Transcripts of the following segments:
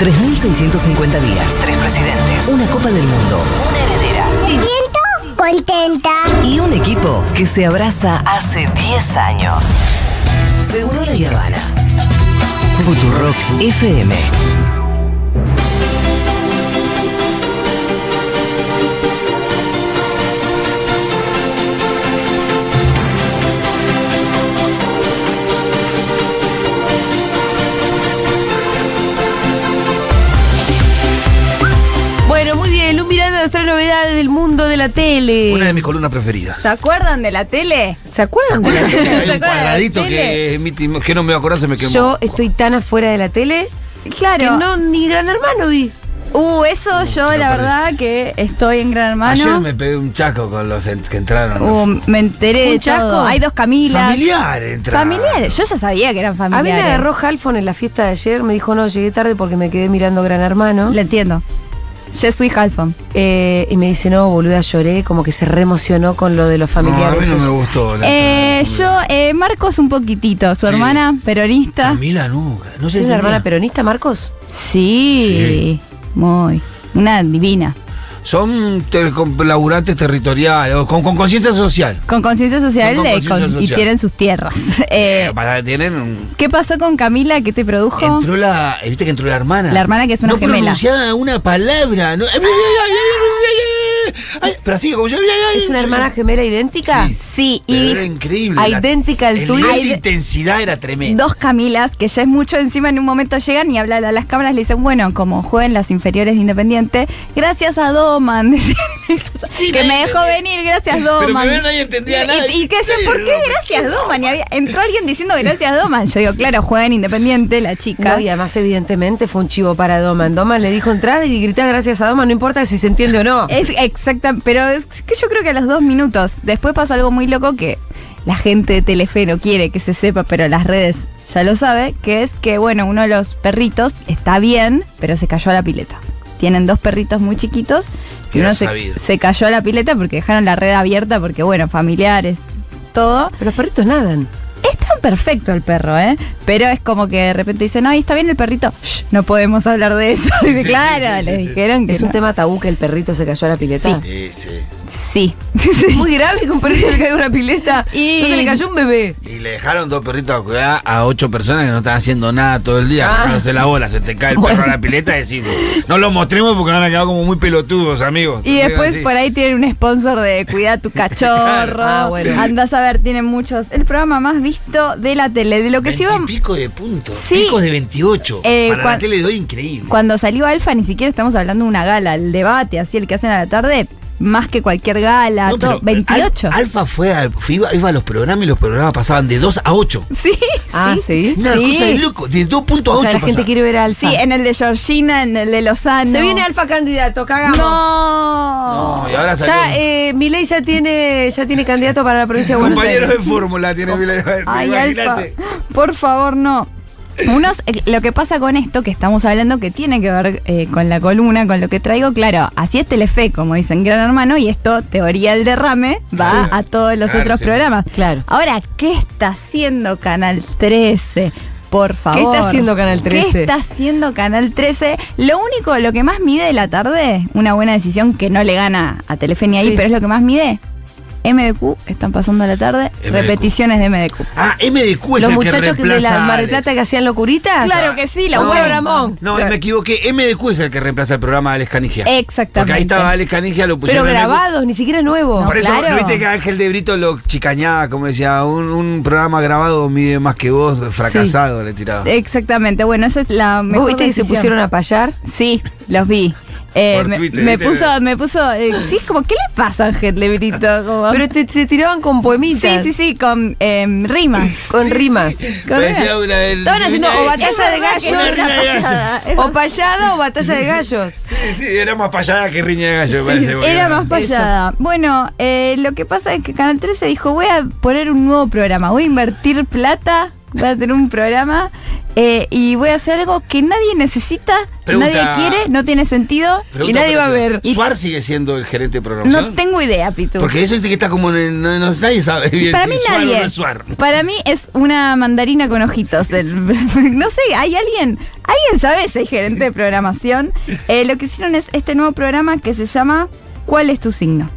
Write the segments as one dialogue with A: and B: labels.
A: 3.650 días. Tres presidentes. Una Copa del Mundo. Una heredera.
B: Me siento contenta.
A: Y un equipo que se abraza hace 10 años. Seguro la Habana. Futurock FM.
C: Bueno, muy bien, Luz Miranda nos trae novedades del mundo de la tele.
D: Una de mis columnas preferidas.
E: ¿Se acuerdan de la tele?
C: ¿Se acuerdan de la tele?
D: Hay un cuadradito que, emiti- que no me acuerdo, se me quemó.
C: Yo estoy tan afuera de la tele que
E: Claro.
C: no ni Gran Hermano vi.
E: Uh, eso yo
D: te lo
E: la verdad
D: perdés.
E: que estoy en Gran
D: Ayer
E: Hermano.
D: me pegué un chaco con los en- que entraron.
E: Uh, me enteré
C: ¿Un
E: de
C: chasco?
E: todo. Hay dos Camilas.
D: Familiares entraron.
E: Familiares. Yo ya sabía que eran
C: A mí
E: familiares.
C: me agarró Halfon en la fiesta de ayer, me dijo, no, llegué tarde porque me quedé mirando Gran Hermano.
E: Le entiendo. Yo soy Halfon.
C: Eh, y me dice, no, boluda, lloré, como que se reemocionó con lo de los
D: No, a mí
C: familiares.
D: no me gustó. la
E: Eh,
D: entrada.
E: yo, eh, Marcos un poquitito. Su
D: Sí.
E: hermana, peronista.
D: Camila nunca. No sé
C: ¿Es la
D: entendía.
C: hermana peronista, Marcos?
E: Sí. Muy. Una divina.
D: Son te- con- laburantes territoriales, o con con conciencia social.
E: Con conciencia social,
D: Con
E: de-
D: conciencia
E: con- y
D: social.
E: tienen sus tierras. Eh,
D: Para- tienen un-
E: ¿Qué pasó con Camila? ¿Qué te produjo?
D: Entró la. ¿Viste que entró la hermana?
E: La hermana que es una
D: no
E: gemela.
D: pronunciaba una palabra. no- Ay, Pero así como yo.
C: ¿Es una hermana gemela idéntica?
D: Sí.
E: Sí,
D: Pero
E: y
D: era increíble. la-
C: Idéntica al
D: el
C: tuyo.
D: nivel de
E: Ide-
D: intensidad era tremenda.
E: dos Camilas, que ya es mucho, encima en un momento llegan y hablan a las cámaras, le dicen, bueno, como juegan las inferiores de Independiente, gracias a Doman, decían en el caso, que me dejó venir, gracias Doman.
D: Pero primero nadie entendía
E: Y-
D: nada.
E: Y, y que decían, ¿por qué gracias Doman? Y había- entró alguien diciendo gracias Doman. Yo digo, claro, juega en Independiente la chica.
C: No, y además, evidentemente, fue un chivo para Doman. Doman le dijo, entrá y gritá gracias a Doman, no importa si se entiende o no.
E: Es exacta, pero es que yo creo que a los dos minutos. Después pasó algo muy loco que la gente de Telefe no quiere que se sepa, pero las redes ya lo sabe, que es que, bueno, uno de los perritos está bien, pero se cayó a la pileta. Tienen dos perritos muy chiquitos y
D: Era
E: uno se,
D: sabido.
E: se cayó a la pileta porque dejaron la red abierta porque, bueno, familiares, todo.
C: Pero los perritos nadan.
E: Es tan perfecto el perro, ¿eh? Pero es como que de repente dicen, ay, está bien el perrito, Shh, no podemos hablar de eso. Dice,
D: sí,
E: claro,
D: sí,
E: les
D: sí, sí.
E: dijeron que
C: Es un
E: no".
C: tema tabú que el perrito se cayó a la pileta.
D: Sí, sí.
E: Sí.
C: Muy grave que un perrito le caiga a una pileta.
E: Y-
C: No se le cayó un bebé.
D: Y le dejaron dos perritos a cuidar a ocho personas que no están haciendo nada todo el día,
C: Ah.
D: rompiéndose la bola, se te cae el perro a la pileta y decís, no lo mostremos porque van a quedar como muy pelotudos, amigos.
E: Y después por ahí tienen un sponsor de Cuida tu cachorro.
C: Ah, bueno.
E: Andás a ver, tienen muchos. El programa más visto de la tele. De lo que se iba.
D: pico de puntos,
E: Sí.
D: picos de 28.
E: Eh,
D: Para
E: cuan-
D: la tele de hoy, increíble.
E: Cuando salió Alfa, ni siquiera estamos hablando de una gala. El debate, así, el que hacen a la tarde, más que cualquier gala.
D: No, pero,
E: todo,
D: eh,
E: 28.
D: Al- Alfa fue a- fue- iba, iba a los programas y los programas pasaban de 2 a 8.
E: sí.
C: Ah, sí.
D: Una
E: Sí.
D: cosa de loco, de 2.8
C: O sea, la gente quiere ver a Alfa.
E: Sí, en el de Georgina, en el de Lozano.
C: Se viene Alfa candidato, cagamos.
E: No.
D: No, y ahora salió
C: Ya,
D: un-
C: eh, Milei ya tiene, ya tiene candidato para la provincia de Buenos
D: compañero
C: Aires.
D: de fórmula tiene Milei.
E: Ay, Alfa,
D: Imagínate.
E: por favor, no. Unos, eh, lo que pasa con esto que estamos hablando, que tiene que ver eh, con la columna, con lo que traigo, claro, así es Telefe, como dicen Gran Hermano, y esto, teoría del derrame, va
D: Sí.
E: a todos los
D: Claro,
E: otros
D: sí.
E: programas.
C: Claro.
E: Ahora, ¿qué está haciendo Canal 13? Por favor.
C: está haciendo Canal 13?
E: ¿Qué está haciendo Canal 13? Lo único, lo que más mide de la tarde, una buena decisión que no le gana a Telefe ni ahí,
C: Sí.
E: pero es lo que más mide. MDQ, están pasando la tarde,
D: MDQ.
E: repeticiones de MDQ.
D: Ah, MDQ
C: Los
D: es el que
C: muchachos
D: reemplaza
C: de la Mar del
D: a
C: Plata que
D: Alex.
C: hacían locuritas.
E: Claro que sí, la
C: Un
D: No.
C: huevo Ramón.
D: No, me equivoqué. MDQ es el que reemplaza el programa de Alex Canigia.
E: Exactamente.
D: Porque ahí estaba Alex Canigia, lo
C: Pero
D: pusieron en MDQ.
C: grabados, ni siquiera nuevo.
E: No,
D: Por eso,
E: claro.
D: ¿no viste que Ángel de Brito lo chicañaba? Como decía, un, un programa grabado mide más que vos, fracasado, le tiraba.
E: Eh, Exactamente, bueno, esa es la mejor
C: ¿Vos viste que se
E: decisión.
C: pusieron a payar?
E: Sí, los vi. Eh,
D: Por
E: me,
D: Twitter,
E: me
D: ¿viste?
E: puso, me puso, eh, sí, es como, ¿qué le pasa a Ángel de Brito? Como-
C: Pero te, se tiraban con
E: sí,
C: poemitas.
E: sí, sí, con em, rimas.
C: Con rimas.
D: Parecía una del-
C: Estaban haciendo o batalla de
E: verdad que
C: gallos.
E: era una payada, es
C: O payada o batalla de gallos.
D: Sí, sí, era más payada que riña de gallo, parece. porque
E: Era más payada. Bueno, eh, lo que pasa es que Canal 13 dijo, voy a poner un nuevo programa, voy a invertir plata voy a tener un programa eh, y voy a hacer algo que nadie necesita,
D: Pregunta-
E: nadie quiere, no tiene sentido y
D: Pregunta
E: nadie va a ver.
D: operativa. ¿Suar sigue siendo el gerente de programación?
E: No tengo idea, Pitu.
D: Porque eso es que está como. en el- no- no- nadie sabe bien
E: Para
D: si
E: mí
D: es Suar o
E: nadie.
D: no es Suar.
E: Para mí es una mandarina con ojitos. El- no sé, hay alguien, alguien sabe si hay gerente de programación. Eh, lo que hicieron es este nuevo programa que se llama ¿Cuál es tu signo?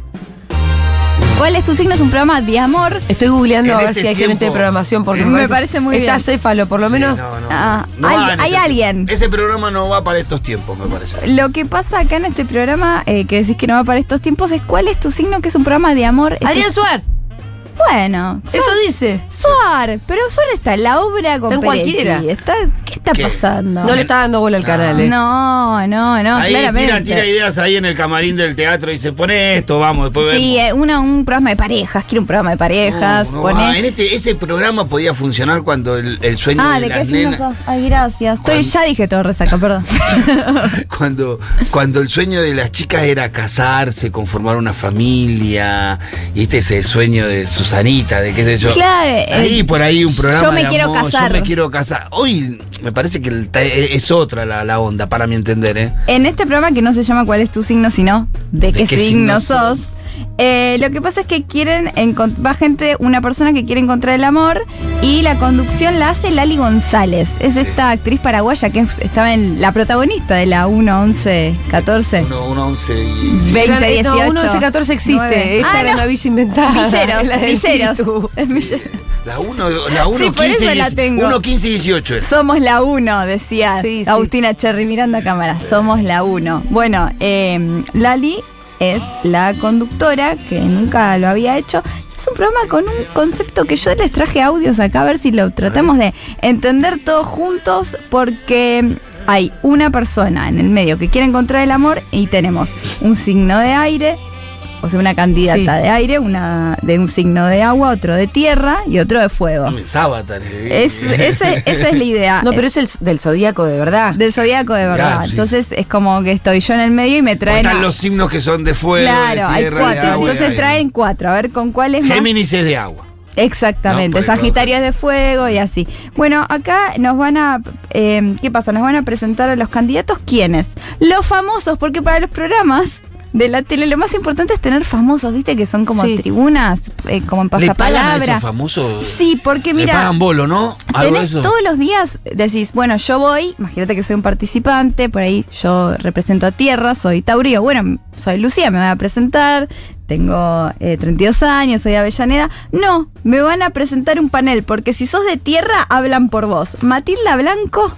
E: ¿Cuál es tu signo? Es un programa de amor.
C: Estoy googleando
D: En
C: a ver
D: este
C: si hay
D: tiempo-
C: gerente de programación porque
E: Me parece muy
C: está
E: bien.
C: céfalo, por lo
D: Sí,
C: menos.
D: no, no,
E: ah,
D: no
E: hay-
D: va en
E: hay
D: este-
E: alguien.
D: Ese programa no va para estos tiempos, me parece.
E: Lo que pasa acá en este programa, eh, que decís que no va para estos tiempos, es ¿Cuál es tu signo? Que es un programa de amor. Este-
C: Adrián Suar,
E: bueno,
C: eso dice.
E: Suar, pero Suar está en la obra con
C: Está en
E: Peretti.
C: cualquiera.
E: Está- ¿Qué está
D: ¿Qué?
E: pasando?
C: No le está dando bola al canal, eh.
E: No, no, no,
D: ahí
E: claramente.
D: tira, tira ideas ahí en el camarín del teatro y se pone esto, vamos, después
E: Sí,
D: vemos.
E: eh, una, un programa de parejas, quiero un programa de parejas.
D: No, no
E: poné-
D: va. En este, ese programa podía funcionar cuando el, el sueño
E: Ah,
D: de,
E: ¿de qué
D: las
E: signo
D: nenas.
E: sos? Ay, gracias. Estoy,
D: Cuando-
E: ya dije todo resaca, perdón.
D: Cuando, cuando el sueño de las chicas era casarse, conformar una familia, y este es el sueño de Susanita, de qué sé yo.
E: Claro, eh,
D: Ahí por ahí un programa.
E: yo me
D: de
E: quiero
D: amor,
E: casar.
D: Yo me quiero casar. Hoy me parece que el ta- e, es otra la, la onda, para mi entender, ¿eh?
E: En este programa que no se llama ¿Cuál es tu signo? sino ¿De, qué, signo, sos? Eh, lo que pasa es que quieren encon- va gente, una persona que quiere encontrar el amor y la conducción la hace Lali González. Es esta actriz paraguaya que es- estaba en la protagonista de la 1, 11, 14.
D: Uno, uno, once y. sí.
E: 20,
C: Gran- No,
E: 18,
C: 1, 11, 14 existe.
E: nueve.
C: Esta
E: Ah,
C: era
E: no.
C: una villa inventada.
E: Villeros,
C: La de
E: Villeros.
C: Pitu.
E: Es Villeros.
D: La 1, la
E: Sí,
D: 1,
E: por
D: 15,
E: eso la
D: y-
E: tengo.
D: 1, 15 y 18 era.
E: Somos la uno, decía
C: Sí, sí.
E: Agustina Cherry Miranda Cámara. Somos la uno. Bueno, eh, Lali es la conductora que nunca lo había hecho. Es un programa con un concepto que yo les traje audios acá a ver si lo tratamos de entender todos juntos porque hay una persona en el medio que quiere encontrar el amor y tenemos un signo de aire, o sea, una candidata
C: Sí.
E: de aire, una de un signo de agua, otro de tierra y otro de fuego.
D: Sábata. eh.
E: Es, ese- esa es la idea.
C: No, pero es el, del zodíaco, de verdad.
E: Del zodíaco de verdad.
D: Ah, sí.
E: Entonces es como que estoy yo en el medio y me
D: Porque
E: traen.
D: están
E: a-
D: los signos que son de fuego.
E: claro,
D: de
E: hay
D: tierra,
E: cuatro.
D: de agua, de
E: Entonces
D: aire.
E: traen cuatro. A ver con cuál es más.
D: Géminis es de agua. No,
E: Exactamente.
D: por el
E: Sagitario es de fuego y así. Bueno, acá nos van a. eh, ¿Qué pasa? Nos van a presentar a los candidatos. ¿Quiénes? Los famosos, porque para los programas. De la tele, lo más importante es tener famosos, ¿viste? Que son como
C: Sí.
E: tribunas, eh, como en
D: ¿Le pagan a esos
E: pasapalabra.
D: famosos?
E: Sí, porque
D: Le
E: mira.
D: pagan bolo, ¿no? Algo de
E: Tenés
D: eso.
E: todos los días, decís, bueno, yo voy, imagínate que soy un participante, por ahí yo represento a Tierra, soy Taurío, bueno, soy Lucía, me van a presentar, tengo eh, 32 años, soy de Avellaneda. No, me van a presentar un panel, porque si sos de Tierra, hablan por vos. Matilda Blanco,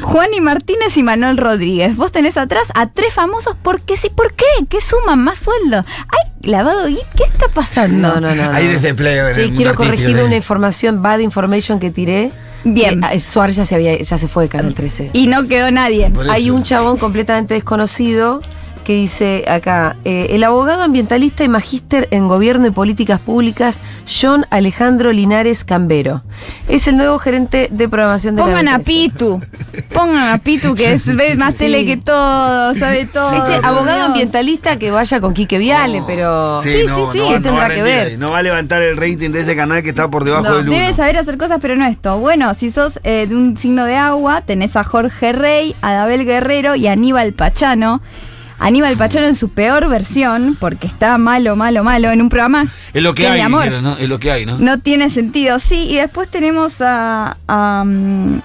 E: Juan y Martínez y Manuel Rodríguez. Vos tenés atrás a tres famosos, porque sí, ¿por qué? ¿Qué suman más sueldo? Ay, lavado, Git, ¿qué está pasando?
C: No, no, no.
D: Hay
C: no.
D: desempleo en el
C: Sí,
D: mundo
C: quiero
D: artístico,
C: corregir
D: ¿eh?
C: una información, bad information que tiré.
E: Bien.
C: Que, ah, Suar ya se, había, ya se fue de Canal 13.
E: Y no quedó nadie.
D: Por
C: Hay
D: eso.
C: un chabón completamente desconocido que dice acá, eh, el abogado ambientalista y magíster en gobierno y políticas públicas, John Alejandro Linares Cambero. Es el nuevo gerente de programación de la
E: Pongan a
C: BBC.
E: Pitu. Pongan a Pitu, que es, ve más
C: Sí.
E: tele que todo, sabe todo.
C: Este
E: Por
C: abogado
E: Dios.
C: ambientalista que vaya con Quique Viale,
D: No.
C: pero...
D: Sí, no, no va-
C: ¿qué
D: no va a
C: tendrá que
D: rendir
C: ver?
D: ahí. No va a levantar el rating de ese canal que está por debajo
C: No,
D: del uno.
E: Debe saber hacer cosas, pero no esto. Bueno, si sos eh, de un signo de agua, tenés a Jorge Rey, a Adabel Guerrero y a Aníbal Pachano. Aníbal Pachano en su peor versión, porque está malo, malo, malo, en un programa
D: Es lo que,
E: es de
D: hay,
E: amor.
D: dijeron, ¿no? Es lo que hay, ¿no?
E: No tiene sentido, sí. Y después tenemos a, a, mm,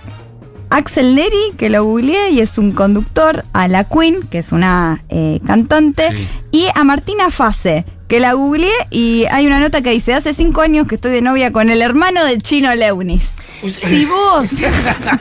E: Axel Neri, que lo googleé y es un conductor, a La Queen, que es una eh, cantante,
D: Sí.
E: y a Martina Fase, que la googleé y hay una nota que dice, hace cinco años que estoy de novia con el hermano del chino Leunis.
C: Si vos,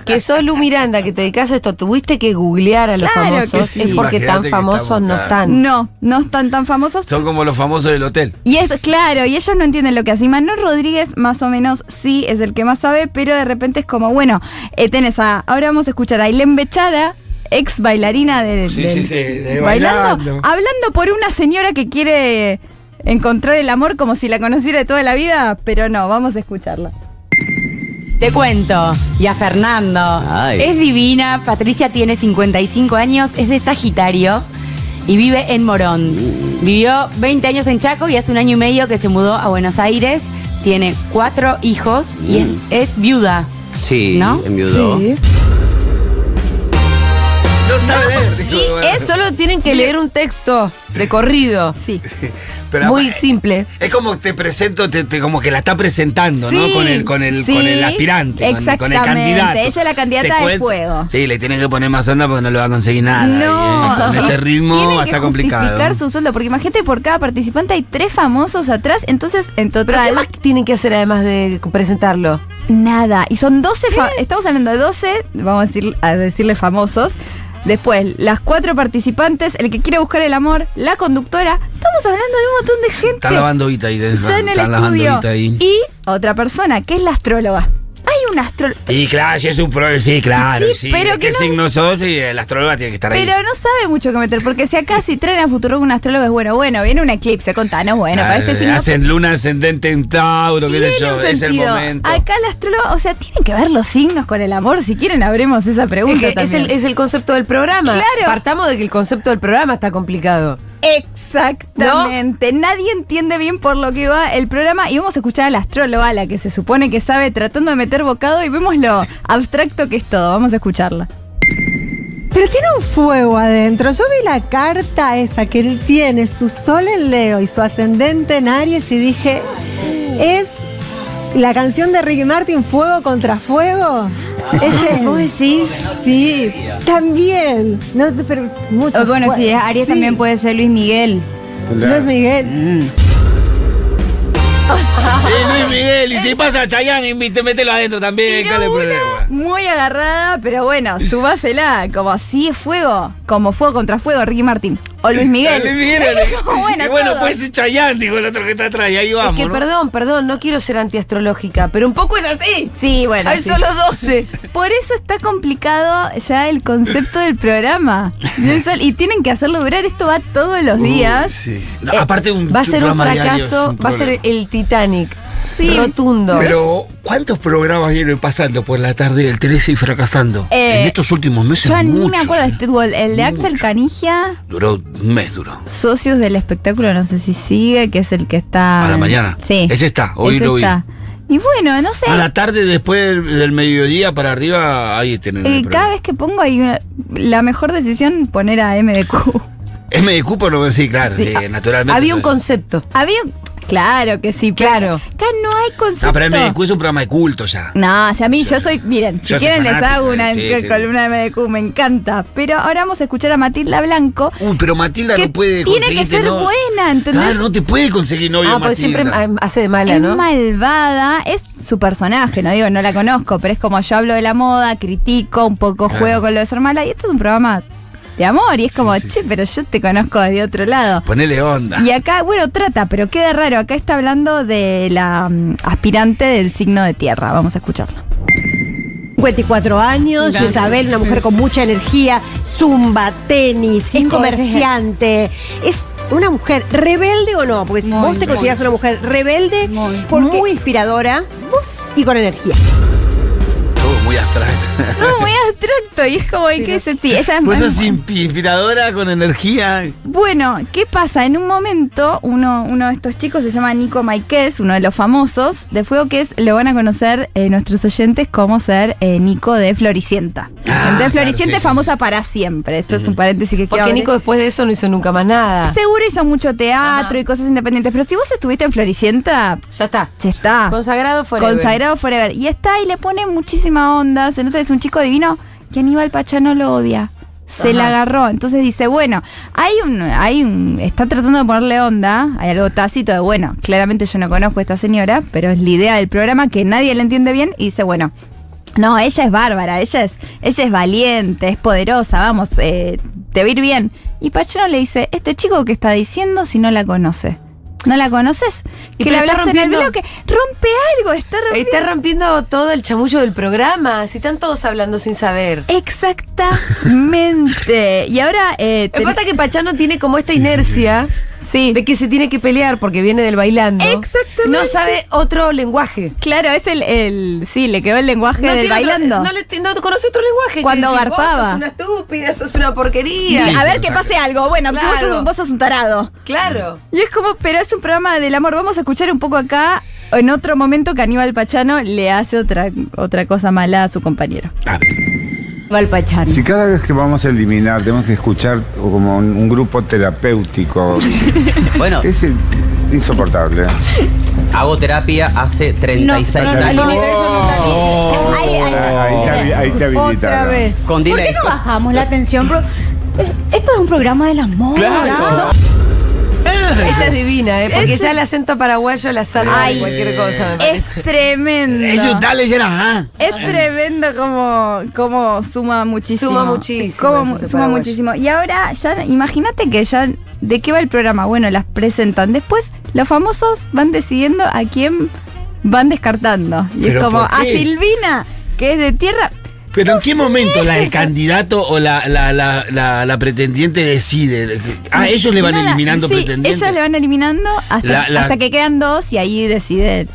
C: que sos Lu Miranda, que te dedicas a esto, tuviste que googlear a los
E: Claro que
C: famosos,
E: sí.
C: es porque
D: Imagínate
C: tan
D: que
C: famosos
D: estamos
C: Ah, no
D: acá.
C: están.
E: No, no están tan famosos.
D: Son como los famosos del hotel.
E: Y es claro, y ellos no entienden lo que hace. Y Manuel Rodríguez, más o menos, sí es el que más sabe, pero de repente es como, bueno, eh, tenés a. Ahora vamos a escuchar a Ailén Bechara, ex bailarina de.
D: Sí,
E: del-
D: sí, sí, de bailando.
E: Hablando por una señora que quiere encontrar el amor como si la conociera de toda la vida, pero no, vamos a escucharla.
F: Te cuento, y a Fernando.
G: Ay.
F: Es divina, Patricia tiene 55 años, es de Sagitario y
G: Uh.
F: vive en Morón. Vivió 20 años en Chaco y hace un año y medio que se mudó a Buenos Aires. tiene cuatro hijos y es,
G: Mm.
F: es viuda.
G: Sí,
F: ¿No?
G: enviudó.
D: No sabe leer, digo, bueno.
C: Es solo tienen que leer un texto de corrido.
F: Sí.
D: Pero
C: Muy
D: además,
C: simple.
D: Es como te presento, te- te- como que la está presentando, ¿no?
E: Sí,
D: Con el, con el,
E: sí,
D: con el aspirante, con- con el
E: exactamente.
D: candidato.
E: Ella es la
D: Te
E: candidata del
D: cuento-
E: fuego.
D: Sí, le tienen que poner más onda porque no le va a conseguir nada. y, eh, Con este
E: Tienen
D: ritmo
E: que
D: está complicado.
E: justificar su sueldo, porque imagínate por cada participante hay tres famosos atrás, entonces en
C: Pero
E: total
C: ¿qué más tienen que hacer además de presentarlo?
E: nada. Y son 12, fa- estamos hablando de 12, vamos a, decir, a decirle famosos. Después, las cuatro participantes, el que quiere buscar el amor, la conductora. Estamos hablando de un montón de gente.
D: Están lavando guita ahí dentro.
E: Ya en el
D: Están lavando
E: estudio.
D: guita ahí.
E: Y otra persona, que es la astróloga. Hay una astróloga.
D: Y claro, sí es un pro, sí, claro.
E: Sí,
D: Sí,
E: pero
D: ¿Qué
E: que no-
D: signo sos? Y el astrólogo tiene que estar ahí.
E: Pero no sabe mucho que meter, porque si acá si traen a futuro un astrólogo es bueno, bueno, viene un eclipse, contanos, bueno, para
D: Ah,
E: este signo.
D: Hacen luna ascendente en Tauro, qué sé
E: tiene
D: yo.
E: un
D: Es el
E: sentido.
D: momento.
E: Acá el astrólogo, o sea, tienen que ver los signos con el amor, si quieren abremos esa pregunta
C: Es, que es
E: también.
C: el, es el concepto del programa.
E: Claro.
C: Partamos de que el concepto del programa está complicado.
E: Exactamente. Nadie entiende bien por lo que va el programa y vamos a escuchar a la astróloga, la que se supone que sabe tratando de meter bocado y vemos lo abstracto que es todo. Vamos a escucharla.
H: Pero tiene un fuego adentro. Yo vi la carta esa que él tiene su sol en Leo y su ascendente en Aries y dije, es la canción de Ricky Martin, Fuego contra Fuego. Es él. Sí, también. No, pero mucho
F: O Oh, bueno,
H: fuego.
F: sí, Aries
H: Sí,
F: también puede ser Luis Miguel.
H: Luis Miguel.
D: Eh, Luis Miguel, y si pasa Chayanne, invi- mételo adentro también. ¿Cuál es el problema?
E: Muy agarrada, pero bueno, subásela. Como si es fuego, como fuego contra fuego, Ricky Martin. O Luis Miguel.
D: Luis Miguel,
E: Como bueno,
D: y bueno,
E: todo.
D: pues es Chayanne, dijo el otro que está atrás, y ahí vamos.
C: es que,
D: ¿no?
C: perdón, perdón, no quiero ser antiastrológica, pero un poco es así.
E: Sí, bueno.
C: Hay
E: sí.
C: solo 12.
E: Por eso está complicado ya el concepto del programa. Nelson, Y tienen que hacerlo durar. Esto va todos los
D: Uy,
E: días. eh,
D: sí. No, aparte un
C: Va a ser un
D: programa diario es
C: fracaso,
D: un
C: va a ser
D: problema.
C: el Titanic.
E: Sí.
C: Rotundo.
D: Pero, ¿cuántos programas vienen pasando por la tarde del 13 y fracasando?
E: Eh,
D: en estos últimos meses
E: Yo ni me
D: muchos.
E: acuerdo de este gol. El de Axel
D: Mucho.
E: Canigia,
D: Duró un mes, duró.
E: Socios del Espectáculo, no sé si sigue, que es el que está.
D: A la mañana.
E: Sí.
D: Ese está, hoy
E: Ese
D: lo vi.
E: está. Y bueno, no sé. eh,
D: A la tarde, después del, del mediodía para arriba, ahí tienen
E: eh,
D: el
E: cada
D: programa.
E: vez que pongo ahí una- la mejor decisión poner a MDQ.
D: Es medio cupo, no sí, claro,
C: Sí.
D: eh, naturalmente.
C: Había un concepto.
E: Había. Claro que sí, pero
C: Claro.
E: Acá no hay concepto. Mm.
D: No, pero el MDQ es un programa de culto ya.
E: No, o sea, a mí yo soy, miren, si
D: Yo soy
E: quieren les
D: fanático,
E: hago una
D: sí, sí.
E: columna de MDQ, me encanta. Pero ahora vamos a escuchar a Matilda Blanco.
D: Uy, pero Matilda
E: Que
D: no puede
E: tiene que
D: conseguirte
E: ser
D: novio.
E: buena, ¿entendés? pues
D: Claro, no te puede conseguir novio
C: ah,
D: Matilda.
C: porque siempre ah, hace de mala,
E: es
C: ¿no?
E: malvada, es su personaje, no digo, no la conozco, pero es como yo hablo de la moda, critico, un poco
D: Claro.
E: juego con lo de ser mala, y esto es un programa de amor, y es como,
D: sí,
E: che, pero yo te conozco de otro lado.
D: Ponele onda.
E: Y acá, bueno, trata, pero queda raro, acá está hablando de la mm, aspirante del signo de tierra, vamos a escucharla.
H: 54 años, Isabel, una mujer con mucha energía, zumba, tenis, es comerciante, es una mujer rebelde o no, porque si
F: Muy,
H: vos te
F: muy.
H: consideras una mujer rebelde,
F: Muy.
H: por muy inspiradora, vos y con energía.
D: Todo muy abstracto.
E: No, muy abstracto, y es como, ¿y qué dice? Sí, ella es
D: Vos
E: muy-
D: sos imp- inspiradora con energía.
E: Bueno, ¿qué pasa? En un momento, uno, uno de estos chicos se llama Nico Maiquez, uno de los famosos de Fuego, que es, lo van a conocer eh, nuestros oyentes como ser eh, Nico de Floricienta.
D: Ah,
E: Entonces,
D: claro,
E: Floricienta
D: sí,
E: es
D: sí,
E: famosa para siempre. Esto es un paréntesis que quiero
C: Porque
E: abrir.
C: Nico después de eso no hizo nunca más nada.
E: Seguro hizo mucho teatro y cosas independientes, pero si vos estuviste en Floricienta,
C: Ya está.
E: ya está.
C: Consagrado forever.
E: Ah. Consagrado forever. Y está y le pone muchísima onda. Se nota que es un chico divino que Aníbal Pachano lo odia. Se la agarró. Entonces dice, bueno, hay un, hay un, está tratando de ponerle onda, hay algo tácito de, bueno, claramente yo no conozco a esta señora, pero es la idea del programa que nadie la entiende bien y dice, bueno, no, ella es bárbara, ella es, ella es valiente, es poderosa, vamos, eh, te va a ir bien. Y Pachano le dice, este chico que está diciendo si no la conoce. ¿No la conoces?
C: Y
E: que
C: pero
E: le
C: está
E: hablaste en el
C: rompiendo-
E: bloque. Rompe algo, está rompiendo.
C: Está rompiendo todo el chamullo del programa. Si están todos hablando sin saber.
E: Eh, Exactamente. Y ahora eh,
C: Lo que
E: tenés-
C: pasa es que Pachano tiene como esta inercia
E: sí.
C: de que se tiene que pelear porque viene del bailando.
E: Exactamente.
C: No sabe otro lenguaje.
E: Claro, es el, el- Sí, le quedó el lenguaje del
C: tiene otro-
E: bailando.
C: no, le, no conoce otro lenguaje.
E: Cuando
C: que decir, vos
E: garpaba.
C: sos una estúpida, sos una
E: Sí,
C: porquería.
D: Sí,
E: a
D: se
E: ver
D: lo
E: que
D: saca.
E: pase algo. Bueno, pues vos,
C: Claro.
E: sos, un- vos sos un tarado.
C: Claro.
E: Y es como, pero es un programa del amor. Vamos a escuchar un poco acá en otro momento Caníbal Pachano le hace otra, otra cosa mala a su compañero.
D: A ver.
F: Valpachán.
G: Si cada vez que vamos a eliminar tenemos que escuchar como un, un grupo terapéutico,
I: Bueno,
G: es in- insoportable.
I: hago terapia hace 36
E: No, no,
I: años.
E: al universo no está libre.
B: Ay, ay,
G: Ahí te, habi- ahí te habilitaron.
E: Otra vez.
I: Con
F: ¿Por qué
I: delay.
F: no bajamos la atención? Pro- Eh, Esto es un programa del amor.
D: Claro.
C: Ella es divina, ¿eh? Porque ya el acento paraguayo la salva de cualquier cosa, me
D: Eh.
E: Es
C: parece.
E: tremendo.
D: Ellos dale, ya era, ah.
E: Es tremendo como, como suma muchísimo.
C: Suma muchísimo
E: Como
C: el
E: mu-
C: acento
E: suma
C: paraguayo.
E: muchísimo. Y ahora, ya imagínate que ya. ¿De qué va el programa? Bueno, las presentan. Después, los famosos van decidiendo a quién van descartando. Y es
D: ¿Pero
E: como,
D: por
E: a
D: qué?
E: Silvina, que es de tierra.
D: Pero ¿en qué momento la, el candidato o la, la, la, la, la pretendiente decide? Ah, ellos le van
E: Nada,
D: eliminando
E: sí,
D: pretendientes.
E: Ellos le van eliminando hasta,
D: La- la-
E: hasta que quedan dos y ahí deciden.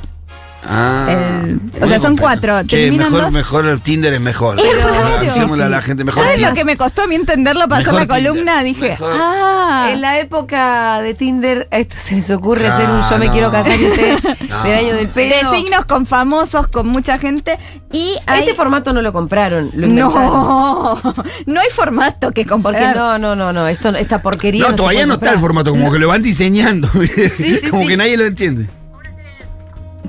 D: Ah.
E: El- o sea,
D: Bueno,
E: son
D: pero-
E: cuatro,
D: Che,
E: terminan
D: mejor,
E: dos.
D: mejor el Tinder es mejor.
E: Es verdad.
D: Hacémosle a
C: Sí,
D: la
C: sí.
D: gente mejor.
E: ¿Sabes
D: Tinder.
E: lo que me costó a mí entenderlo para hacer
D: Mejor
E: la
D: Tinder,
E: columna? Dije,
D: mejor.
E: ah.
C: En la época de Tinder, a esto se les ocurre hacer un
D: Ah,
C: yo me
D: no.
C: quiero casar y usted
D: No.
C: me daño del
E: de
C: pelo.
E: signos con famosos, con mucha gente. Y hay-
C: Este formato no lo compraron, lo inventaron.
E: No, no hay formato que
C: Porque
E: comparar.
C: no, no, no, no, esto, esta porquería.
D: No,
C: se
D: todavía
C: puede
D: no está el
C: comprar.
D: formato, como que lo van diseñando.
E: sí,
D: como
E: sí.
D: que nadie lo entiende.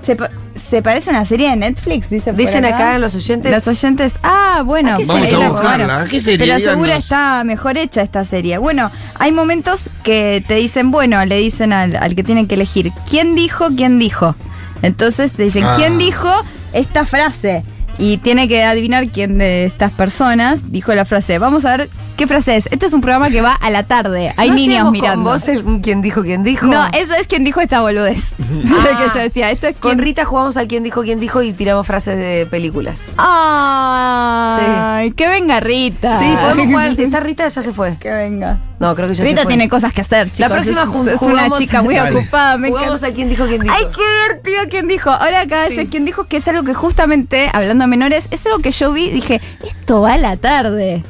E: Se, pa- se parece a una serie de Netflix, dicen por
C: Dicen acá los oyentes.
E: Los oyentes, ah, bueno,
C: ¿A qué
D: Vamos
C: serie?
D: a
E: la
D: buscarla.
E: robaron.
D: ¿Qué serie?
E: Pero seguro
D: Díganos.
E: está mejor hecha esta serie. Bueno, hay momentos que te dicen, bueno, le dicen al, al que tienen que elegir, ¿quién dijo, quién dijo? Entonces te dicen,
D: Ah.
E: ¿quién dijo esta frase? Y tiene que adivinar quién de estas personas dijo la frase. Vamos a ver qué frase es. Este es un programa que va a la tarde. Hay
C: ¿No hacíamos
E: niños
C: con
E: mirando.
C: vos el- un quién dijo quién dijo?
E: No, eso es quien dijo esta boludez. Lo que yo decía, esto es
C: Ah. Con
E: quien-
C: Rita jugamos al quién dijo quién dijo y tiramos frases de películas.
E: Ay, que venga Rita.
C: Ah. Sí, podemos jugar. ¿Está Rita? Ya se fue.
E: Que venga.
C: No, creo que ya se
E: Rita
C: fue.
E: tiene cosas que hacer, chicos.
C: La próxima
E: es,
C: jun-
E: es una
C: jugamos-
E: chica muy
D: Dale.
E: ocupada. me
C: Jugamos
E: encanta.
C: a quién dijo quién dijo.
E: Ay, qué divertido quien dijo. Ahora acá
C: Sí.
E: es quien dijo que es algo que justamente, hablando a menores, es algo que yo vi, dije, esto va a la tarde.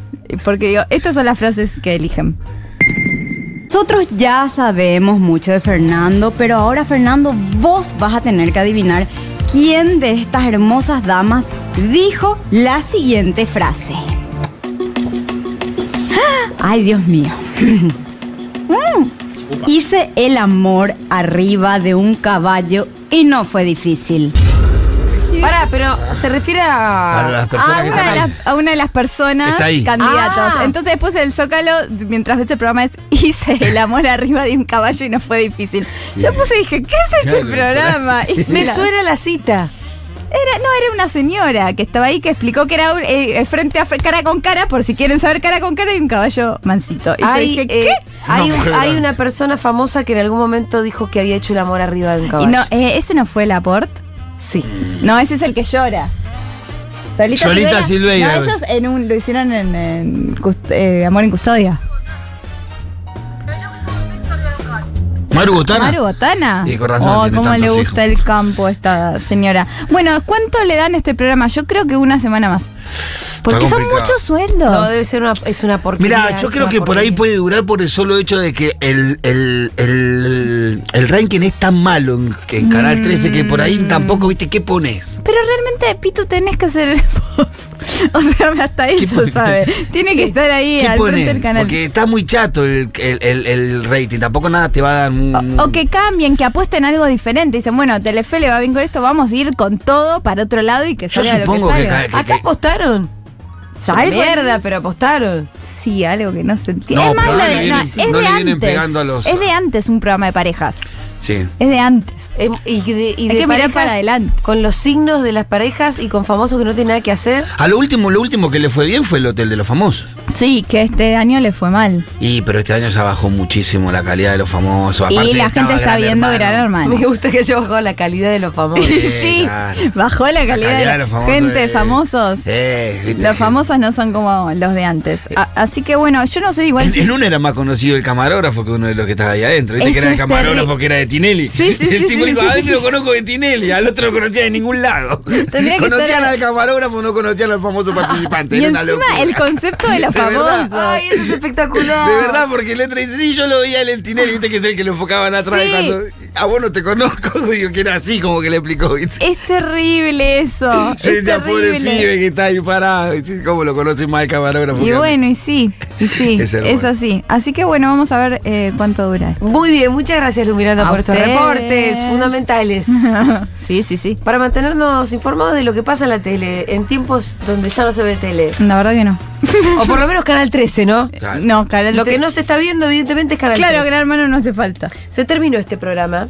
E: Porque digo, estas son las frases que eligen.
F: Nosotros ya sabemos mucho de Fernando, pero ahora Fernando, vos vas a tener que adivinar quién de estas hermosas damas dijo la siguiente frase. ¡Ah! Ay, Dios mío. Mm. Hice el amor arriba de un caballo y no fue difícil.
C: Pará, pero se refiere
E: Ah.
D: Para
C: a.
D: las personas
E: A
D: que
E: una,
D: están
E: de
D: ahí.
E: las, a una de las personas
D: Está ahí.
E: candidatos.
C: Ah.
E: Entonces después el Zócalo, mientras ve este programa, es hice el amor arriba de un caballo y no fue difícil. Yo puse y dije, ¿qué es este
D: Claro,
E: programa? Hice
C: Me
E: el-
C: suena la cita.
E: Era, no, era una señora que estaba ahí que explicó que era un- eh, eh, frente a fre- cara con cara, por si quieren saber cara con cara, y un caballo mansito. Y
C: Hay,
E: yo dije,
C: eh,
E: ¿qué?
C: hay,
D: No,
C: un-
D: pero-
C: hay una persona famosa que en algún momento dijo que había hecho el amor arriba de un
E: Y
C: caballo.
E: no, eh, ese no fue el aport.
C: Sí.
E: No, ese es el que llora. Solita,
D: Solita Silveira.
E: No, ellos en un, lo hicieron en, en cust- eh, Amor en Custodia.
D: Maru Botana.
E: Maru Botana.
D: Y con razón
E: Oh,
D: tiene
E: cómo le
D: tantos
E: gusta el campo a esta señora. Bueno, ¿cuánto le dan a este programa? Yo creo que una semana más. Porque son
D: complicado.
E: muchos sueldos.
C: No, debe ser una, es una porquería.
D: Mira, yo
C: es
D: creo
C: una
D: que por ahí
C: porquería.
D: puede durar por el solo hecho de que el, el, el, el ranking es tan malo en, que en Canal 13 que por
E: Mm.
D: ahí tampoco, viste, ¿qué pones?
E: Pero realmente, Pitu, tenés que hacer vos. O sea, hasta eso,
D: pone?
E: ¿sabes? Tiene que estar ahí
D: ¿Qué
E: al frente
D: pones?
E: del canal.
D: Porque está muy chato el, el, el, el rating, tampoco nada te va a dar un...
E: O, o que cambien, que apuesten algo diferente. Dicen, bueno, Telefe le va bien con esto, vamos a ir con todo para otro lado y que
D: Yo
E: salga lo que
D: supongo que
E: salga.
D: ca-
C: Acá apostaron.
E: Salgo en-
C: Mierda, pero apostaron.
E: Sí, algo que no se entiende.
D: No,
E: es más,
D: pero
E: la
D: no
E: de-
D: le
E: no,
D: vienen-
E: es
D: no le
E: de
D: vienen
E: antes.
D: pegando a los-
E: Es de antes un programa de parejas.
D: Sí.
E: Es de antes.
C: Es- Y de, y de
E: Hay que mirar
C: parejas
E: para adelante.
C: Con los signos de las parejas y con famosos que no tienen nada que hacer.
D: A lo último, lo último que le fue bien fue el Hotel de los Famosos.
E: Sí, que este año le fue mal.
D: Y pero este año ya bajó muchísimo la calidad de los famosos.
E: y
D: Aparte,
E: la gente
D: estaba
E: está
D: Gran
E: viendo
D: Hermano.
E: Gran Hermano.
C: Me gusta que yo bajo la calidad de los famosos.
D: Sí,
E: Sí,
D: claro.
E: bajó la calidad,
D: calidad
E: de
D: de los famosos,
E: gente
D: eh.
E: famosos.
D: Sí, viste que-
E: Los famosos no son como los de antes. A- así que bueno, yo no sé igual.
D: En,
E: si-
D: en una era más conocido el camarógrafo que uno de los que estaba ahí adentro. Viste
E: Eso
D: que era el
E: es
D: camarógrafo que era de Tinelli.
E: Sí, sí,
D: el
E: sí,
D: tipo
E: sí,
D: dijo,
E: sí,
D: a
E: sí,
D: ver lo conozco de Tinelli, al otro no conocía de ningún lado.
E: que
D: Conocían
E: estar-
D: al camarógrafo, no conocían al famoso participante.
E: y
D: era una
E: encima
D: locura.
E: el concepto de los
D: De verdad.
E: famosos.
C: Ay, eso es espectacular.
D: De verdad, porque el otro dice, sí, yo lo veía en el Tinelli, viste que es el que lo enfocaban atrás.
E: Sí,
D: cuando- a vos no te conozco. Digo que era así como que le explicó, ¿viste?
E: Es terrible eso.
D: Yo
E: es
D: decía, pobre
E: terrible.
D: pibe que está ahí parado. Y sí, ¿Cómo lo conoce más el camarógrafo?
E: Y
D: que a mí?
E: bueno, y sí, y sí,
D: Es
E: es,
D: hermoso.
E: así. Así que bueno, vamos a ver eh, cuánto dura esto.
C: Muy bien, muchas gracias, Luz Miranda,
E: A
C: por estos
E: ustedes.
C: reportes fundamentales.
E: sí, sí, sí.
C: Para mantenernos informados de lo que pasa en la tele, en tiempos donde ya no se ve tele.
E: La verdad que no.
C: O por lo menos Canal 13, ¿no?
D: Claro.
E: No, Canal
C: Lo
E: T-
C: que no se está viendo, evidentemente, es Canal
E: Claro,
C: 13.
E: Gran Hermano no hace falta.
C: Se terminó este programa.